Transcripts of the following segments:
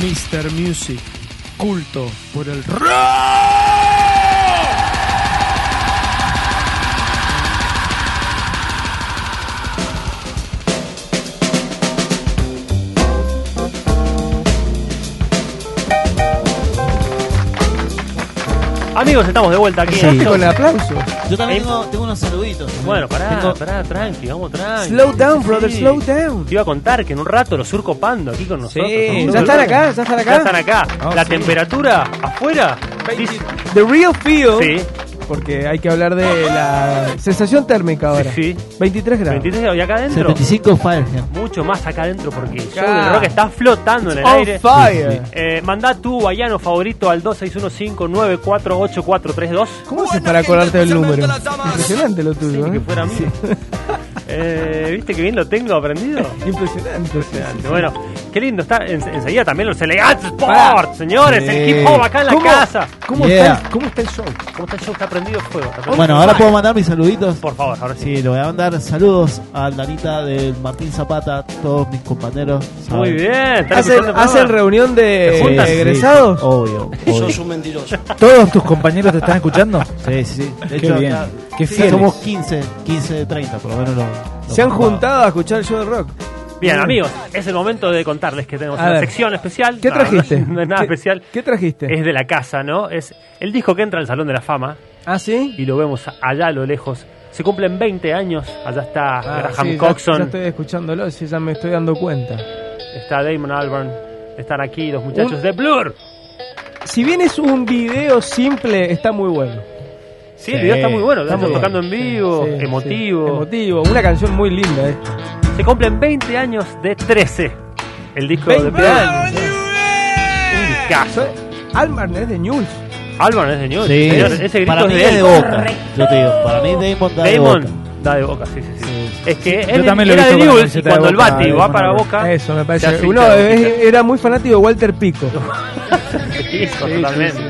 Mr. Music, culto por el rock. Amigos, estamos de vuelta aquí. Sí. Con el aplauso. Yo también Em- tengo, tengo unos saluditos. también. Bueno, pará, Tengo- pará, tranqui, vamos tranqui. Slow down, brother, Sí. slow down. Te iba a contar que en un rato los surco pando aquí con nosotros. Sí, Nosotros- ya están acá, ya están Ya acá. están acá. Ah, la sí. temperatura afuera. dice- The real feel. Sí, Porque hay que hablar de la sensación térmica ahora. Sí, sí. 23 grados. 23 y acá adentro. 75 Fahrenheit. Mucho más acá adentro porque el show Acá. del rock está flotando en el On aire. fire. Sí, Eh, mandá tu vallano favorito al 2615948432. ¿Cómo haces para acordarte del número? Impresionante lo tuyo, Que ¿eh? fuera mío. Eh, ¿Viste que bien lo tengo aprendido? Impresionante. Bueno, qué lindo está en- enseguida también los Elegant Pará. Sports, señores, el Sí. hip hop acá en la ¿Cómo- casa. ¿Cómo, Yeah. está el, ¿Cómo está el show? ¿Cómo está el show? Está prendido fuego. está prendido Bueno, fuego. ahora puedo mandar mis saluditos. Por favor, ahora sí. Sí, le voy a mandar saludos a Danita del Martín Zapata, todos mis compañeros. ¿saben? Muy bien. están ¿Hacen, escuchando el hacen programa. reunión de Sí, juntan? de sí, Oh, egresados? Obvio. obvio. ¿Todos tus compañeros te están escuchando? Sí, sí, sí. De Qué hecho, bien, acá- qué sí, fieles. somos 15, 15 de 30, por lo menos. lo- lo Se han contaba. juntado a escuchar el show de rock. Bien, amigos, es el momento de contarles que tenemos A una ver. sección especial. ¿Qué No, trajiste? No, no es nada ¿Qué- especial. ¿Qué trajiste? Es de la casa, ¿no? Es el disco que entra al Salón de la Fama ¿Ah, sí? y lo vemos allá a lo lejos. Se cumplen 20 años. Allá está Ah, Graham sí, ya- Coxon, Ya, estoy escuchándolo, sí, ya me estoy dando cuenta. está Damon Albarn. Están aquí los muchachos de Blur. Si bien es un video simple, está muy bueno. Sí, el video está muy bueno. Está Estamos muy tocando bueno, en sí, vivo, sí, sí. emotivo. Emotivo, una canción muy linda eh. esta. Se cumplen 20 años de 13. El disco de 20 Blur. años. Un discazo. Alman es de News. Albarn es de New Sí, señor, ese grito para es mí de es él. de boca. Yo te digo, para mí Damon da de Damon boca. da de boca, sí, sí, sí. Es que Yo él también lo he era visto de con la Newell's camiseta y de cuando el Boca, Bati de va Damon para Albarn. boca. Eso me se parece. hace Uno hincha. es- era muy fanático de Walter Pico. Sí, totalmente.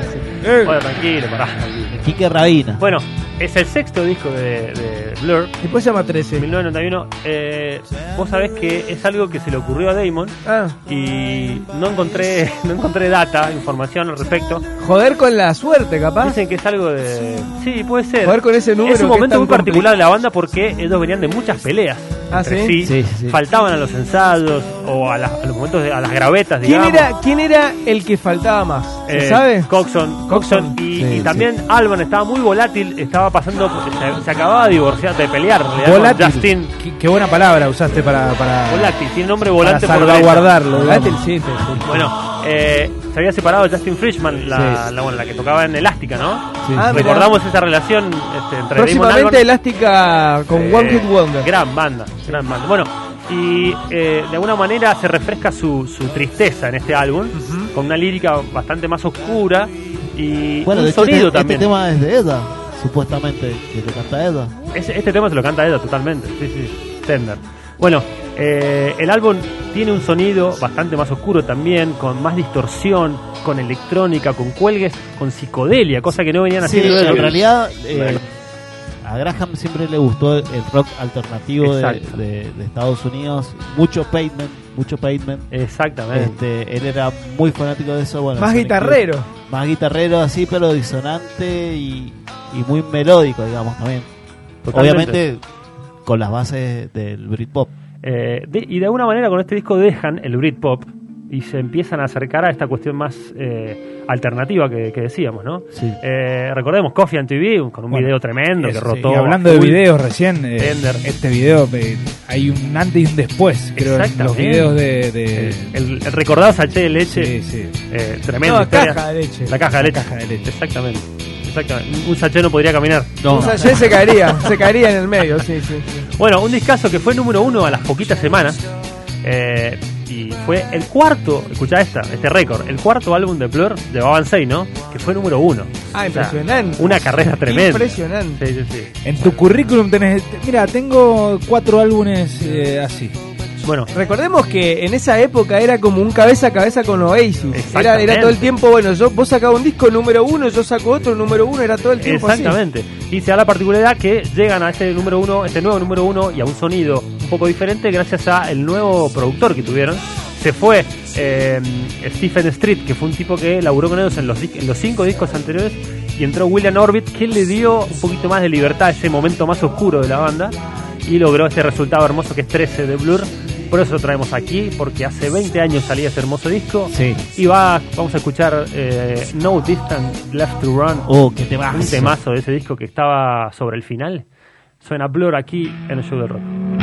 Bueno, tranquilo, pará. Quique Rabina. Bueno, es el sexto disco de, de Blur, Después se llama 13. 1991. Eh, vos sabés que es algo que se le ocurrió a Damon Ah, y no encontré, no encontré data, información al respecto. joder con la suerte, capaz. Dicen que es algo de. Sí, puede ser. Jugar Ah. con ese número Es un que es momento tan muy particular de la banda porque ellos venían de muchas peleas. Ah, entre ¿sí? Sí, sí, sí. Faltaban a los ensayos o a, las- a los momentos, de- a las gravetas, ¿Quién digamos. era, ¿Quién era el que faltaba más? ¿Se Eh, sabe? Coxon, Coxon y, Sí, y sí. también Alban estaba muy volátil, estaba pasando, se, se acababa de divorciar, de pelear, en realidad, con Volátil. Justin Qué, qué buena palabra usaste para. para Volátil, tiene nombre para volante por salvaguardarlo. Date el digamos. 7. sí. Bueno, eh, se había separado Justin Frischman, la, la- bueno, la que tocaba en Elástica, ¿no? Sí. Ah, mirá. Recordamos esa relación este, entre Damon Albarn- Próximamente Elástica con Eh, One Hit Wonder. Gran banda, gran banda. Bueno, y eh, de alguna manera se refresca su, su tristeza en este álbum, con una lírica bastante más oscura y Bueno, un de hecho, sonido este, también. este tema es de Eda, supuestamente, que te canta Eda. Ese- este tema se lo canta ella totalmente, sí, sí, Tender. Bueno, eh, el álbum tiene un sonido bastante más oscuro también, con más distorsión, con electrónica, con cuelgues, con psicodelia, cosa que no venían Sí, haciendo. en ellos. realidad eh, a Graham siempre le gustó el el rock alternativo de, Exacto. de- de Estados Unidos, mucho pavement, mucho pavement. Exactamente. Este, él era muy fanático de eso. Bueno, Más Sonic guitarrero. Youth, Más guitarrero así, pero disonante y, y muy melódico, digamos, también. este, Totalmente. Obviamente con las bases del Britpop. Eh, de- y de alguna manera con este disco dejan el Britpop y se empiezan a acercar a esta cuestión más eh, alternativa que, que decíamos, ¿no? Sí. Eh, recordemos Coffee and TV un- con un Bueno, video tremendo que Eso, sí. rotó. Y hablando de full. videos recién, eh, Tender. este video eh, hay un antes y un después, creo, en los Exactamente. videos de. de- El, el- el recordado sachet de leche, eh, sí, sí. eh, tremenda No, historia. caja de leche. La caja de leche. caja de leche. Exactamente. Exactamente. Un sachet no podría caminar. O sea, ayer se caería, se caería en el medio, sí, sí. sí. Bueno, un discazo que fue número uno a las poquitas semanas. eh, y fue el cuarto, escuchá esta, este récord, el cuarto álbum de Blur de Van Zey, ¿no? Que fue número uno. Ah, O sea, impresionante. una carrera tremenda. Impresionante. Sí, sí, sí. En tu currículum tenés. te- Mira, tengo cuatro álbumes eh, así. Bueno, Recordemos que en esa época era como un cabeza a cabeza con Oasis. Era, Exactamente. era todo el tiempo, bueno, yo, vos sacabas un disco número uno, yo saco otro número uno, era todo el tiempo así. exactamente. Y se da la particularidad que llegan a este número uno, este nuevo número uno y a un sonido un poco diferente gracias a el nuevo productor que tuvieron, Se fue eh, Stephen Street, que fue un tipo que laburó con ellos en los, di- en los cinco discos anteriores, y entró William Orbit, que le dio un poquito más de libertad, ese momento más oscuro de la banda, y logró este resultado hermoso que es 13 de Blur. Por eso lo traemos aquí, porque hace 20 años salía ese hermoso disco. Sí. Y va, vamos a escuchar eh, No Distant Left to Run, Oh, qué temazo. un temazo de ese disco que estaba sobre el final. Suena Blur aquí en el show del rock.